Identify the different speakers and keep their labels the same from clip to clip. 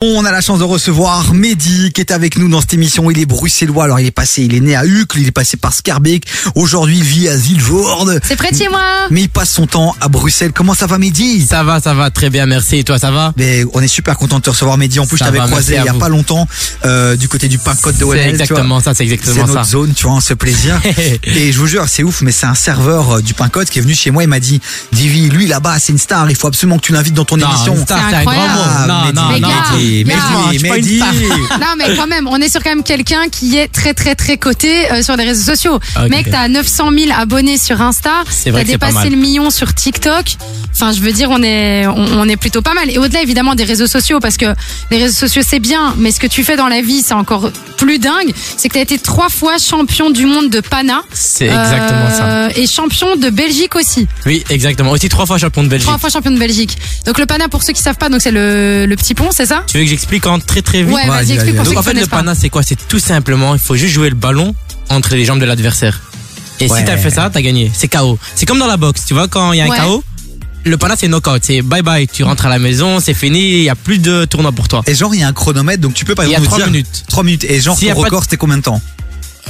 Speaker 1: On a la chance de recevoir Mehdi qui est avec nous dans cette émission. Il est bruxellois, alors il est passé, il est né à Uccle, il est passé par Scarbeck. Aujourd'hui, il vit à Vilvoorde,
Speaker 2: C'est près de chez moi
Speaker 1: mais il passe son temps à Bruxelles. Comment ça va Mehdi
Speaker 3: Ça va, ça va, très bien, merci. Et toi, ça va
Speaker 1: mais on est super content de te recevoir Mehdi. En plus, je
Speaker 3: Ça
Speaker 1: t'avais
Speaker 3: va,
Speaker 1: croisé
Speaker 3: merci
Speaker 1: il
Speaker 3: à
Speaker 1: y a
Speaker 3: vous.
Speaker 1: pas longtemps euh, du côté du Pincote de
Speaker 3: C'est
Speaker 1: Wallel.
Speaker 3: exactement ça, c'est
Speaker 1: C'est
Speaker 3: exactement
Speaker 1: notre
Speaker 3: ça.
Speaker 1: zone, tu vois, on se plaisir. Et je vous jure, c'est ouf, mais c'est un serveur euh, du Pincote qui est venu chez moi et m'a dit, Divi, lui là-bas, c'est une star, il faut absolument que tu l'invites dans ton
Speaker 3: Non,
Speaker 1: émission.
Speaker 3: une star,
Speaker 2: C'est
Speaker 3: c'est un grand
Speaker 2: incroyable.
Speaker 3: mot.
Speaker 1: Ah,
Speaker 3: Non, non,
Speaker 2: Mais
Speaker 3: non.
Speaker 2: gars,
Speaker 1: Mehdi,
Speaker 2: gars. Non,
Speaker 1: Mehdi,
Speaker 3: je suis pas une
Speaker 1: Mehdi.
Speaker 3: star.
Speaker 2: Non mais quand même, on est sur quand même quelqu'un qui est très très très coté euh, sur les réseaux sociaux.
Speaker 3: Ah, ok,
Speaker 2: Mec,
Speaker 3: ok.
Speaker 2: t'as 900 000 abonnés sur Insta,
Speaker 3: C'est vrai
Speaker 2: t'as
Speaker 3: que c'est pas
Speaker 2: dépassé
Speaker 3: mal.
Speaker 2: le million sur TikTok. Enfin, je veux dire, on est on, on est plutôt pas mal. Et au-delà évidemment des réseaux sociaux, parce que les réseaux sociaux c'est bien, mais ce que tu fais dans la vie c'est encore plus dingue. C'est que t'as été trois fois champion du monde de Pana.
Speaker 3: C'est exactement ça.
Speaker 2: Euh, Et champion de Belgique aussi.
Speaker 3: Oui, exactement. Aussi trois fois champion de Belgique.
Speaker 2: Trois fois champion de Belgique. Donc le Pana, pour ceux qui savent pas, donc c'est le, le petit pont, c'est ça
Speaker 3: Tu veux que j'explique en très très vite
Speaker 2: Ouais,
Speaker 1: vas-y,
Speaker 2: vas-y,
Speaker 1: vas-y.
Speaker 2: explique pour ceux
Speaker 3: Donc en
Speaker 2: qui
Speaker 3: fait, le
Speaker 2: connaissent pas.
Speaker 3: pana, c'est quoi C'est tout simplement, il faut juste jouer le ballon entre les jambes de l'adversaire. Et
Speaker 1: Ouais.
Speaker 3: si t'as fait ça, t'as gagné. C'est KO. C'est comme dans la boxe, tu vois, quand il y a un
Speaker 2: Ouais.
Speaker 3: KO, le pana, c'est knockout. C'est bye bye, tu rentres à la maison, c'est fini, il n'y a plus de tournoi pour toi.
Speaker 1: Et genre, il y a un chronomètre, donc tu peux par
Speaker 3: Il y a
Speaker 1: exemple nous
Speaker 3: trois
Speaker 1: dire.
Speaker 3: minutes.
Speaker 1: 3 minutes. Et genre,
Speaker 3: S'il y
Speaker 1: ton
Speaker 3: a pas de-
Speaker 1: record, c'était combien de temps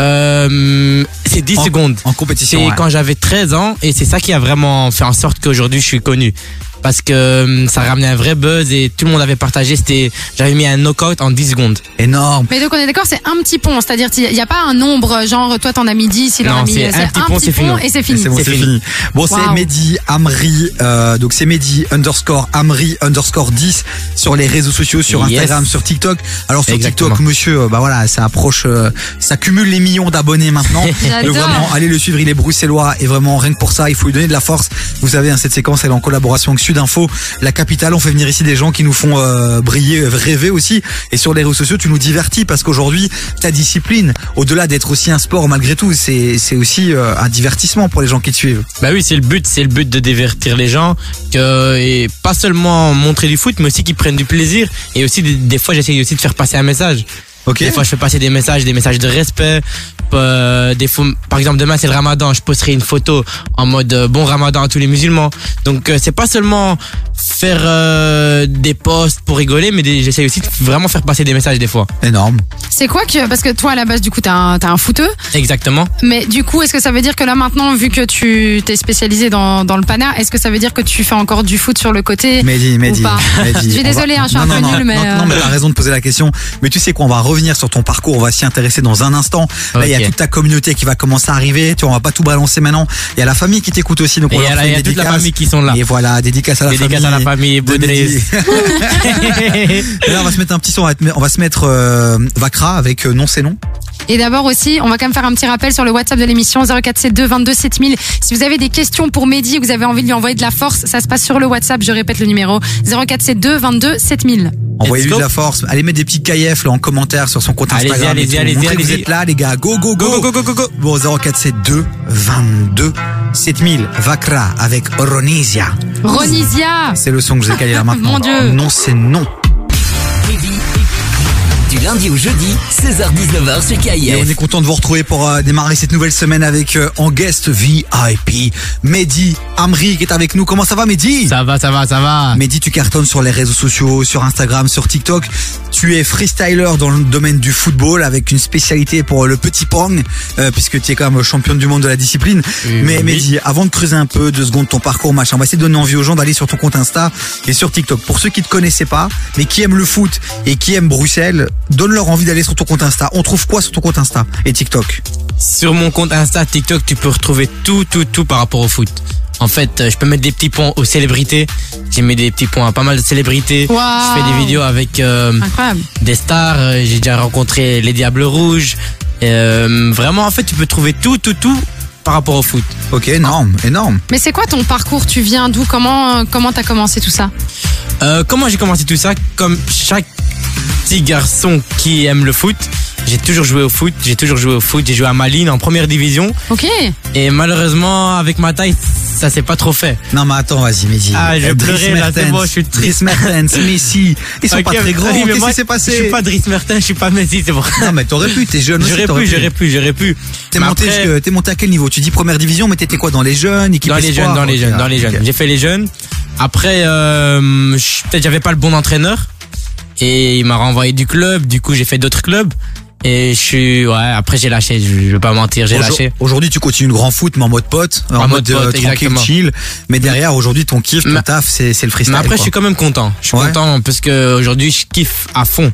Speaker 3: Euh, c'est 10
Speaker 1: En-
Speaker 3: secondes.
Speaker 1: En
Speaker 3: C'est
Speaker 1: compétition. ouais.
Speaker 3: quand j'avais 13 ans et c'est ça qui a vraiment fait en sorte qu'aujourd'hui je suis connu. Parce que hum, ça ramenait un vrai buzz et tout le monde avait partagé. C'était, j'avais mis un knockout en 10 secondes.
Speaker 1: Énorme.
Speaker 2: Mais donc on est d'accord, c'est un petit pont, c'est-à-dire il n'y a pas un nombre, genre toi t'en as mis 10, il en
Speaker 3: Non,
Speaker 2: a mis,
Speaker 3: c'est un petit pont, c'est fini.
Speaker 2: et c'est
Speaker 1: Et
Speaker 2: fini.
Speaker 1: C'est bon, c'est
Speaker 3: C'est
Speaker 1: fini.
Speaker 3: fini.
Speaker 1: Bon, c'est
Speaker 2: Waouh.
Speaker 1: Mehdi Amri. euh, donc, c'est Mehdi underscore Amri underscore 10 sur les réseaux sociaux, sur
Speaker 3: Yes.
Speaker 1: Instagram, sur TikTok. Alors, sur
Speaker 3: Exactement.
Speaker 1: TikTok, monsieur, euh, bah voilà, ça approche, euh, ça cumule les millions d'abonnés maintenant. Donc,
Speaker 2: J'adore.
Speaker 1: vraiment, allez le suivre, il est bruxellois et vraiment rien que pour ça, il faut lui donner de la force. Vous savez, hein, cette séquence, elle est en collaboration avec Sud Info, la capitale. On fait venir ici des gens qui nous font euh, briller, euh, rêver aussi. Et sur les réseaux sociaux, tu nous divertis parce qu'aujourd'hui, ta discipline, au-delà d'être aussi un sport malgré tout, c'est c'est aussi euh, un divertissement pour les gens qui te suivent.
Speaker 3: Bah oui, c'est le but, c'est le but de divertir les gens, que, et pas seulement montrer du foot, mais aussi qu'ils prennent du plaisir. Et aussi, des, des fois, j'essaye aussi de faire passer un message.
Speaker 1: Ok.
Speaker 3: Des fois, je fais passer des messages, des messages de respect. euh, des fois, par exemple, demain c'est le Ramadan, je posterai une photo en mode euh, bon Ramadan à tous les musulmans. Donc, euh, c'est pas seulement faire euh, des posts pour rigoler, mais des- j'essaye aussi de vraiment faire passer des messages des fois.
Speaker 1: Énorme.
Speaker 2: C'est quoi que, parce que toi à la base du coup t'as un, t'as un footeux,
Speaker 3: Exactement.
Speaker 2: mais du coup est-ce que ça veut dire que là maintenant vu que tu t'es spécialisé dans, dans le pana, est-ce que ça veut dire que tu fais encore du foot sur le côté
Speaker 1: Mehdi, Mehdi,
Speaker 2: pas.
Speaker 1: Mehdi,
Speaker 2: Je suis
Speaker 1: on va-
Speaker 2: désolée, hein, je suis
Speaker 1: Non,
Speaker 2: un
Speaker 1: non,
Speaker 2: peu
Speaker 1: non,
Speaker 2: nulle, mais,
Speaker 1: Non, non,
Speaker 2: euh,
Speaker 1: mais t'as raison de poser la question. Mais tu sais quoi, on va revenir sur ton parcours, on va s'y intéresser dans un instant. Là, il y a
Speaker 3: Ok.
Speaker 1: toute ta communauté qui va commencer à arriver. Tu vois, on va pas tout balancer maintenant. Il y a la famille qui t'écoute aussi, donc
Speaker 3: Et
Speaker 1: on
Speaker 3: il y
Speaker 1: leur
Speaker 3: a, la-
Speaker 1: fait
Speaker 3: il y
Speaker 1: une
Speaker 3: a toute la
Speaker 1: dédicace.
Speaker 3: famille qui sont là.
Speaker 1: Et voilà, dédicace à la
Speaker 3: Dédicace à la
Speaker 1: famille.
Speaker 3: famille,
Speaker 1: de Mehdi.
Speaker 3: Baudrez.
Speaker 1: Et là, on va se mettre un petit son. on va te- On va se mettre euh, Vakra avec euh, non c'est non.
Speaker 2: Et d'abord aussi, on va quand même faire un petit rappel sur le WhatsApp de l'émission 0472 22 7000. Si vous avez des questions pour Mehdi, vous avez envie de lui envoyer de la force, ça se passe sur le WhatsApp, je répète le numéro 0472 22 7000.
Speaker 1: Envoyez-lui
Speaker 3: go.
Speaker 1: de la force. Allez mettre des petits caïfs là en commentaire sur son compte
Speaker 3: Allez-y,
Speaker 1: Instagram. et
Speaker 3: allez-y,
Speaker 1: tout.
Speaker 3: allez-y,
Speaker 1: Montrez que vous
Speaker 3: allez-y.
Speaker 1: êtes là, les gars. Go, go, go.
Speaker 3: Go, go, go, go, go.
Speaker 1: Bon, 0472 22 7000. Vakra avec Ronisia.
Speaker 2: Ronisia
Speaker 1: C'est le son que j'ai calé là maintenant.
Speaker 2: Mon Dieu.
Speaker 1: Non, c'est non.
Speaker 4: Du lundi au jeudi, 16h-19h sur
Speaker 1: Et on
Speaker 4: KIF.
Speaker 1: est content de vous retrouver pour euh, démarrer cette nouvelle semaine avec euh, en guest VIP Mehdi Amri qui est avec nous. Comment ça va Mehdi
Speaker 3: Ça va, ça va, ça va.
Speaker 1: Mehdi, tu cartonnes sur les réseaux sociaux, sur Instagram, sur TikTok. Tu es freestyler dans le domaine du football avec une spécialité pour le petit pong, euh, puisque tu es quand même championne du monde de la discipline.
Speaker 3: Euh,
Speaker 1: Mais
Speaker 3: oui.
Speaker 1: Mehdi, avant de creuser un peu deux secondes ton parcours, machin, on va essayer de donner envie aux gens d'aller sur ton compte Insta et sur TikTok. Pour ceux qui te connaissaient pas, mais qui aiment le foot et qui aiment Bruxelles, donne-leur envie d'aller sur ton compte Insta. On trouve quoi sur ton compte Insta et TikTok
Speaker 3: Sur mon compte Insta, TikTok, tu peux retrouver tout, tout, tout par rapport au foot. En fait, euh, je peux mettre des petits ponts aux célébrités. J'ai mis des petits ponts à pas mal de célébrités.
Speaker 2: Wow.
Speaker 3: Je fais des vidéos avec euh,
Speaker 2: Incroyable.
Speaker 3: des stars. Euh, J'ai déjà rencontré les Diables Rouges. Euh, vraiment, en fait, tu peux trouver tout, tout, tout par rapport au foot.
Speaker 1: Ok, énorme, énorme.
Speaker 2: Mais c'est quoi ton parcours Tu viens d'où Comment euh, comment t'as commencé tout ça
Speaker 3: Euh, comment j'ai commencé tout ça Comme chaque petit garçon qui aime le foot, j'ai toujours joué au foot. J'ai toujours joué au foot. J'ai joué à Malines en première division.
Speaker 2: Ok.
Speaker 3: Et malheureusement, avec ma taille, ça s'est pas trop fait.
Speaker 1: Non mais attends, vas-y, Mehdi.
Speaker 3: Ah, je vais
Speaker 1: Dries
Speaker 3: pleurer, là, c'est
Speaker 1: Mertens,
Speaker 3: bon, je suis
Speaker 1: Dries
Speaker 3: triste.
Speaker 1: Mertens, Messi, ils sont
Speaker 3: Ok,
Speaker 1: pas très grands.
Speaker 3: oui, mais
Speaker 1: Qu'est-ce
Speaker 3: moi,
Speaker 1: qui s'est passé
Speaker 3: Je suis pas Dries Mertens, je suis pas Messi, c'est bon.
Speaker 1: Non mais t'aurais pu, t'es jeune aussi.
Speaker 3: J'aurais
Speaker 1: t'aurais
Speaker 3: pu, j'aurais pu, j'aurais pu.
Speaker 1: T'es
Speaker 3: Mais
Speaker 1: monté,
Speaker 3: après,
Speaker 1: jusque- t'es monté à quel niveau Tu dis première division, mais t'étais quoi dans les jeunes, équipe
Speaker 3: dans les
Speaker 1: espoir
Speaker 3: jeunes, dans les
Speaker 1: Ok,
Speaker 3: jeunes, dans les
Speaker 1: ok.
Speaker 3: jeunes. J'ai fait les jeunes. Après, euh, je- peut-être j'avais pas le bon entraîneur. et il m'a renvoyé du club. Du coup, j'ai fait d'autres clubs. Et je suis, ouais, après j'ai lâché, je je vais pas mentir, j'ai
Speaker 1: Aujo-
Speaker 3: lâché.
Speaker 1: Aujourd'hui, tu continues le grand foot, mais en mode pote, en,
Speaker 3: En
Speaker 1: mode,
Speaker 3: mode pote,
Speaker 1: euh, tranquille,
Speaker 3: exactement.
Speaker 1: chill. Mais derrière, aujourd'hui, ton kiff, ton
Speaker 3: Mais-
Speaker 1: taf, c'est c'est le freestyle.
Speaker 3: Mais après,
Speaker 1: quoi.
Speaker 3: je suis quand même content. Je suis
Speaker 1: Ouais.
Speaker 3: content parce que aujourd'hui, je kiffe à fond.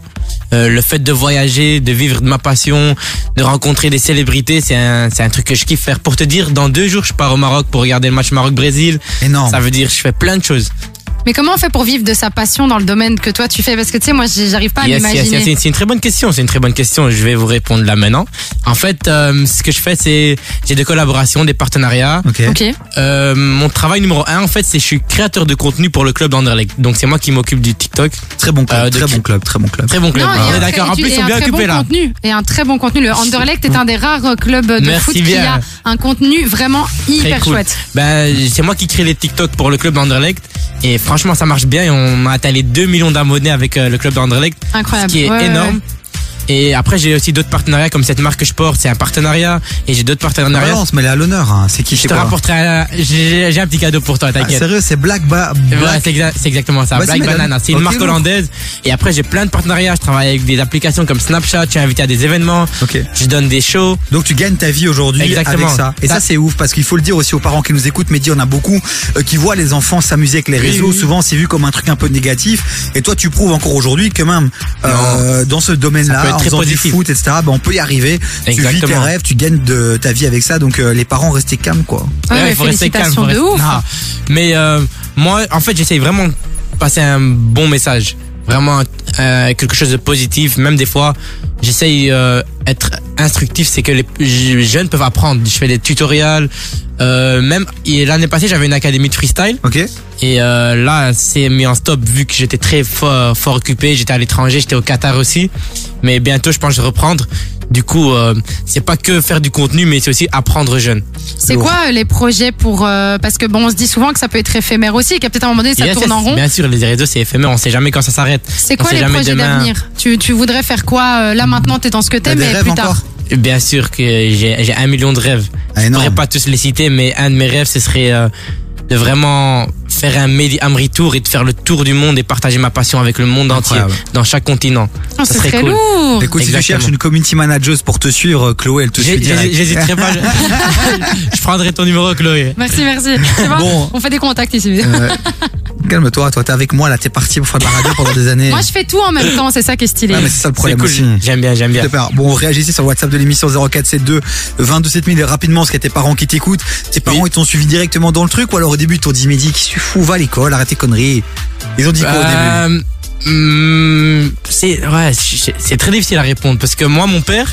Speaker 3: Euh, le fait de voyager, de vivre de ma passion, de rencontrer des célébrités, c'est un, c'est un truc que je kiffe faire. Pour te dire, dans deux jours, je pars au Maroc pour regarder le match Maroc-Brésil.
Speaker 1: énorme.
Speaker 3: Ça veut dire, je fais plein de choses.
Speaker 2: Mais comment on fait pour vivre de sa passion dans le domaine que toi tu fais Parce que tu sais, moi j'ai- j'arrive pas à
Speaker 3: Yes, yes,
Speaker 2: m'imaginer.
Speaker 3: yes, c'est- C'est une très bonne question. C'est une très bonne question. Je vais vous répondre là maintenant. En fait, euh, ce que je fais, c'est j'ai des collaborations, des partenariats.
Speaker 1: Ok.
Speaker 2: Ok.
Speaker 3: Euh, mon travail numéro un, en fait, c'est je suis créateur de contenu pour le club d'Anderlecht. Donc c'est moi qui m'occupe du TikTok.
Speaker 1: Très bon club,
Speaker 3: Euh, de
Speaker 1: très
Speaker 3: qui-
Speaker 1: bon club, très bon club.
Speaker 3: Très bon
Speaker 2: Non,
Speaker 3: club.
Speaker 2: et
Speaker 3: hein.
Speaker 2: un
Speaker 3: On est
Speaker 2: très-
Speaker 3: d'accord.
Speaker 2: et
Speaker 3: En
Speaker 2: tu-
Speaker 3: plus, ils
Speaker 2: et
Speaker 3: sont
Speaker 2: un
Speaker 3: bien
Speaker 2: très
Speaker 3: occupés
Speaker 2: bon
Speaker 3: là.
Speaker 2: Contenu, et un très bon contenu. Le Anderlecht est un des rares euh, clubs de
Speaker 3: Merci
Speaker 2: foot qui
Speaker 3: bien.
Speaker 2: a un contenu vraiment hyper
Speaker 3: cool.
Speaker 2: chouette.
Speaker 3: Ben, c'est moi qui crée les TikTok pour le club d'Anderlecht. Et franchement, ça marche bien. Et on a atteint les 2 millions d'abonnés avec euh, le club d'Anderlecht.
Speaker 2: Incroyable.
Speaker 3: Ce qui est
Speaker 2: Ouais, ouais,
Speaker 3: énorme.
Speaker 2: ouais.
Speaker 3: Et après, j'ai aussi d'autres partenariats comme cette marque que je porte. C'est un partenariat. Et j'ai d'autres partenariats.
Speaker 1: Balance, mais elle est à l'honneur. hein. C'est qui
Speaker 3: je
Speaker 1: c'est
Speaker 3: te
Speaker 1: quoi
Speaker 3: rapporterai. un- J'ai j'ai un petit cadeau pour toi,
Speaker 1: Ah,
Speaker 3: t'inquiète.
Speaker 1: Sérieux, c'est Black Ba.
Speaker 3: Ouais,
Speaker 1: Black-
Speaker 3: c'est exa- c'est exactement ça.
Speaker 1: Vas-y,
Speaker 3: Black
Speaker 1: madame.
Speaker 3: Banana, c'est une
Speaker 1: Ok,
Speaker 3: marque
Speaker 1: lourd.
Speaker 3: hollandaise. Et après, j'ai plein de partenariats. Je travaille avec des applications comme Snapchat. Je suis invité à des événements.
Speaker 1: Ok.
Speaker 3: Je donne des shows.
Speaker 1: Donc tu gagnes ta vie aujourd'hui avec
Speaker 3: Exactement.
Speaker 1: ça. Et ça,
Speaker 3: Ça-
Speaker 1: c'est ouf parce qu'il faut le dire aussi aux parents qui nous écoutent, mais on a beaucoup euh, qui voient les enfants s'amuser avec les
Speaker 3: Oui,
Speaker 1: réseaux.
Speaker 3: oui.
Speaker 1: Souvent, c'est vu comme un truc un peu négatif. Et toi, tu prouves encore aujourd'hui que même euh, dans ce
Speaker 3: Ça peut
Speaker 1: domaine-là,
Speaker 3: être
Speaker 1: en
Speaker 3: très
Speaker 1: faisant du
Speaker 3: positif.
Speaker 1: foot, etc., ben, on peut y arriver. Tu vis tes
Speaker 3: Exactement.
Speaker 1: rêves, tu gagnes de ta vie avec ça. Donc euh, les parents, restez calmes, quoi.
Speaker 2: Ah Ouais,
Speaker 3: Ouais,
Speaker 2: mais
Speaker 3: faut rester calme,
Speaker 2: félicitations de
Speaker 3: faut rester-
Speaker 2: ouf.
Speaker 3: Non. Mais euh, moi, en fait, j'essaye vraiment de passer un bon message. Vraiment euh, quelque chose de positif. Même des fois, j'essaye euh, être instructif. C'est que les j- jeunes peuvent apprendre. Je fais des tutoriels. Euh, même et l'année passée, j'avais une académie de freestyle.
Speaker 1: Ok.
Speaker 3: Et euh, là, c'est mis en stop vu que j'étais très fort, fort occupé. J'étais à l'étranger, j'étais au Qatar aussi. Mais bientôt, je pense reprendre. Du coup, euh, c'est pas que faire du contenu, mais c'est aussi apprendre jeune.
Speaker 2: C'est
Speaker 1: Lourd.
Speaker 2: quoi euh, les projets pour euh, parce que bon on se dit souvent que ça peut être éphémère aussi et qu'à peut-être à un moment donné ça
Speaker 3: Yes,
Speaker 2: tourne
Speaker 3: yes.
Speaker 2: en rond.
Speaker 3: Bien sûr, les réseaux, c'est éphémère. On sait jamais quand ça s'arrête.
Speaker 2: C'est
Speaker 3: On
Speaker 2: quoi
Speaker 3: sait
Speaker 2: les
Speaker 3: jamais
Speaker 2: projets
Speaker 3: demain. Mm.
Speaker 2: d'avenir tu, tu voudrais faire quoi euh, là maintenant t'es dans ce que
Speaker 1: T'as
Speaker 2: t'aimes
Speaker 1: des
Speaker 2: mais
Speaker 1: rêves
Speaker 2: plus tard.
Speaker 1: encore
Speaker 3: Bien sûr que j'ai j'ai un million de rêves.
Speaker 1: Ah,
Speaker 3: Je
Speaker 1: énorme.
Speaker 3: pourrais pas tous les citer, mais un de mes rêves, ce serait euh, de vraiment faire un Mehdi Amri tour et de faire le tour du monde et partager ma passion avec le monde
Speaker 1: Incroyable.
Speaker 3: entier, dans chaque continent.
Speaker 2: Oh,
Speaker 3: Ça
Speaker 2: c'est
Speaker 3: serait
Speaker 2: très
Speaker 3: cool.
Speaker 2: lourd.
Speaker 1: Écoute, si tu
Speaker 3: Exactement.
Speaker 1: cherches une community manager pour te suivre, Chloé, elle te suit
Speaker 3: J'ai- j'ai-
Speaker 1: direct.
Speaker 3: J'hésiterai pas. Je, je prendrai ton numéro, Chloé.
Speaker 2: Merci merci. Tu vois,
Speaker 1: Bon.
Speaker 2: on fait des contacts ici.
Speaker 1: Euh, Calme-toi, toi, t'es avec moi là, t'es parti pour faire de la radio pendant des années.
Speaker 2: Moi je fais tout en même temps c'est ça qui est stylé.
Speaker 1: Ouais, mais c'est ça le
Speaker 3: C'est
Speaker 1: problème
Speaker 3: cool.
Speaker 1: aussi.
Speaker 3: J'aime bien, j'aime bien.
Speaker 1: De part. Bon, réagissez sur le WhatsApp de l'émission 0472 227000 et rapidement, parce qu'il y a tes parents qui t'écoutent. Tes parents, ils t'ont suivi directement dans le truc, ou alors au début, ils t'ont dit, mais dis, qu'est-ce que tu fous, va à l'école, arrête tes conneries. Ils ont dit quoi au début?
Speaker 3: Euh, hum, c'est ouais, c'est c'est très difficile à répondre parce que moi, mon père,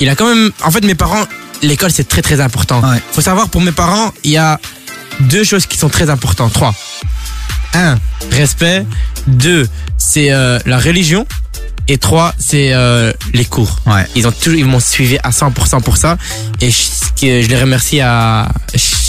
Speaker 3: il a quand même. En fait, mes parents, l'école c'est très très important.
Speaker 1: Ouais.
Speaker 3: Faut savoir pour mes parents, il y a deux choses qui sont très importantes. Trois.
Speaker 1: Hein?
Speaker 3: Un, respect. Deux, c'est euh, la religion. Et trois, c'est euh, les cours.
Speaker 1: Ouais.
Speaker 3: Ils ont toujours, ils m'ont suivi à 100% pour ça. Et je, ce que je les remercie à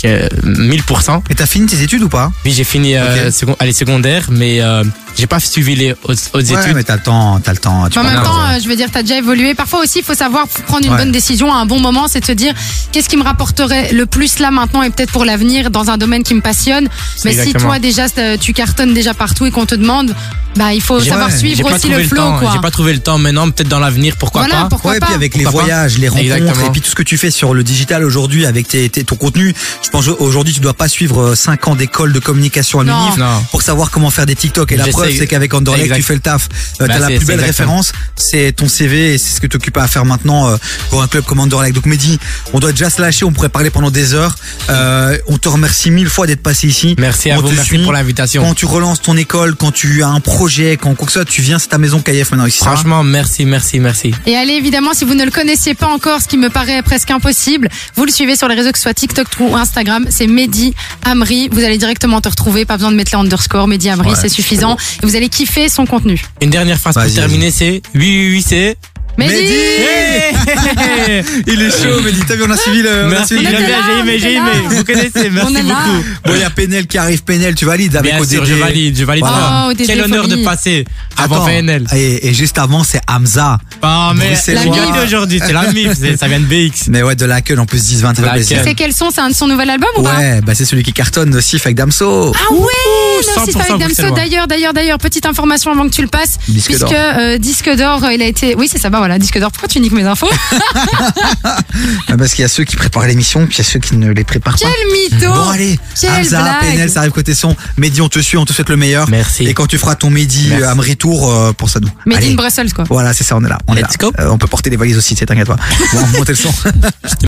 Speaker 3: euh, 1000%.
Speaker 1: Et t'as fini tes études ou pas?
Speaker 3: Oui, j'ai fini euh,
Speaker 1: Ok.
Speaker 3: second- à les secondaires, mais euh, j'ai pas suivi les hautes, hautes
Speaker 1: Ouais,
Speaker 3: études.
Speaker 1: mais t'as le temps, t'as le temps. Tu
Speaker 2: Mais en
Speaker 1: peux
Speaker 2: même
Speaker 1: pas-
Speaker 2: temps, euh, je veux dire, t'as déjà évolué. Parfois aussi, il faut savoir prendre une
Speaker 1: Ouais.
Speaker 2: bonne décision à un bon moment, c'est de se dire qu'est-ce qui me rapporterait le plus là maintenant et peut-être pour l'avenir dans un domaine qui me passionne. Mais si
Speaker 3: exactement.
Speaker 2: toi déjà c'est- tu cartonnes déjà partout et qu'on te demande, bah il faut
Speaker 3: J'ai-
Speaker 2: savoir
Speaker 1: ouais,
Speaker 3: J'ai
Speaker 2: suivre
Speaker 3: pas
Speaker 2: aussi
Speaker 3: trouvé
Speaker 2: le flow,
Speaker 3: temps.
Speaker 2: quoi.
Speaker 3: J'ai pas trouvé le temps maintenant, peut-être dans l'avenir, pourquoi
Speaker 2: Voilà,
Speaker 3: pas.
Speaker 2: pourquoi
Speaker 1: ouais, et
Speaker 2: pas
Speaker 1: puis avec les
Speaker 3: Pourquoi pas
Speaker 1: voyages, les rencontres,
Speaker 3: Exactement.
Speaker 1: et puis tout ce que tu fais sur le digital aujourd'hui avec tes, tes- ton contenu, je pense aujourd'hui tu dois pas suivre 5 ans d'école de communication à
Speaker 2: Non.
Speaker 1: l'UNIF
Speaker 3: Non.
Speaker 1: pour savoir comment faire des TikTok. Et la
Speaker 3: Hein. J'essaie-
Speaker 1: preuve, c'est qu'avec Anderlecht,
Speaker 3: Exact.
Speaker 1: tu fais le taf. Euh,
Speaker 3: Bah,
Speaker 1: T'as la
Speaker 3: c'est-
Speaker 1: plus
Speaker 3: c'est
Speaker 1: belle
Speaker 3: exactement.
Speaker 1: référence, c'est ton CV et c'est ce que tu occupes à faire maintenant euh, pour un club comme Anderlecht. Donc Mehdi, on doit déjà se lâcher, on pourrait parler pendant des heures. Euh, on te remercie mille fois d'être passé ici.
Speaker 3: Merci à
Speaker 1: On
Speaker 3: vous,
Speaker 1: te
Speaker 3: merci
Speaker 1: suit.
Speaker 3: pour l'invitation.
Speaker 1: Quand tu relances ton école, quand tu as un projet, quand quoi que ce soit, tu viens, c'est ta maison KF maintenant ici. ça va
Speaker 3: Franchement, merci, merci, merci.
Speaker 2: Et allez, évidemment, si vous ne le connaissiez pas encore, ce qui me paraît presque impossible, vous le suivez sur les réseaux, que ce soit TikTok ou Instagram, c'est Mehdi Amri. Vous allez directement te retrouver, pas besoin de mettre les underscore, Mehdi Amri,
Speaker 1: Ouais.
Speaker 2: c'est suffisant. Et vous allez kiffer son contenu.
Speaker 3: Une dernière phrase
Speaker 1: Vas-y,
Speaker 3: pour terminer, c'est oui, oui, oui, c'est
Speaker 2: Mehdi
Speaker 3: Hey
Speaker 1: Il est chaud, Mehdi. T'as vu, on a suivi le. on a
Speaker 3: Merci,
Speaker 1: suivi
Speaker 3: j'ai
Speaker 1: le-
Speaker 2: était
Speaker 3: aimé,
Speaker 2: là,
Speaker 3: j'ai
Speaker 2: on
Speaker 3: aimé,
Speaker 2: était
Speaker 3: j'ai
Speaker 2: là.
Speaker 3: aimé. Vous connaissez, merci
Speaker 2: On est là.
Speaker 3: beaucoup.
Speaker 1: Bon, il y a Pénel qui arrive. Pénel, tu valides avec
Speaker 3: Bien sûr,
Speaker 1: ODD.
Speaker 3: je valide, je valide.
Speaker 1: Voilà.
Speaker 2: Oh, ODD,
Speaker 3: Quel honneur de
Speaker 2: folie.
Speaker 3: passer
Speaker 1: Attends,
Speaker 3: avant PNL.
Speaker 1: Et, et juste avant, c'est Hamza.
Speaker 3: Ah, mais c'est
Speaker 1: Bruxelles,
Speaker 3: la
Speaker 2: moi.
Speaker 3: vie d'aujourd'hui, c'est la MIF, c'est- ça vient de BX.
Speaker 1: Mais ouais, de la queue, en plus 10-20, ça fait
Speaker 3: La
Speaker 1: plaisir.
Speaker 2: C'est quel son C'est un de son nouvel album ou pas
Speaker 1: Ouais, bah c'est celui qui cartonne aussi avec Damso.
Speaker 2: Ah ouais, non,
Speaker 3: 100%
Speaker 2: c'est pas avec Damso.
Speaker 3: bruxellois.
Speaker 2: D'ailleurs, d'ailleurs, d'ailleurs, petite information avant que tu le passes,
Speaker 1: Disque
Speaker 2: puisque
Speaker 1: d'or.
Speaker 2: euh, disque d'or, euh, il a été. Oui, c'est ça. Bah voilà, disque d'or. Pourquoi tu niques mes infos
Speaker 1: Ah, Parce qu'il y a ceux qui préparent l'émission, puis il y a ceux qui ne les préparent pas.
Speaker 2: Quel mytho
Speaker 1: Bon allez,
Speaker 2: Quelle
Speaker 1: Hamza,
Speaker 2: blague.
Speaker 1: Pénel, ça arrive côté son. Mehdi, on te suit, on te souhaite le meilleur.
Speaker 3: Merci.
Speaker 1: Et quand tu feras ton Mehdi
Speaker 3: Merci.
Speaker 1: à Tour euh, pour ça nous.
Speaker 2: Made in
Speaker 1: Allez.
Speaker 2: Brussels, quoi.
Speaker 1: Voilà, c'est ça, on est là. On est
Speaker 3: Let's
Speaker 1: là.
Speaker 3: go.
Speaker 1: Euh, on peut porter des valises aussi, t'inquiète pas. Bon, montez le son.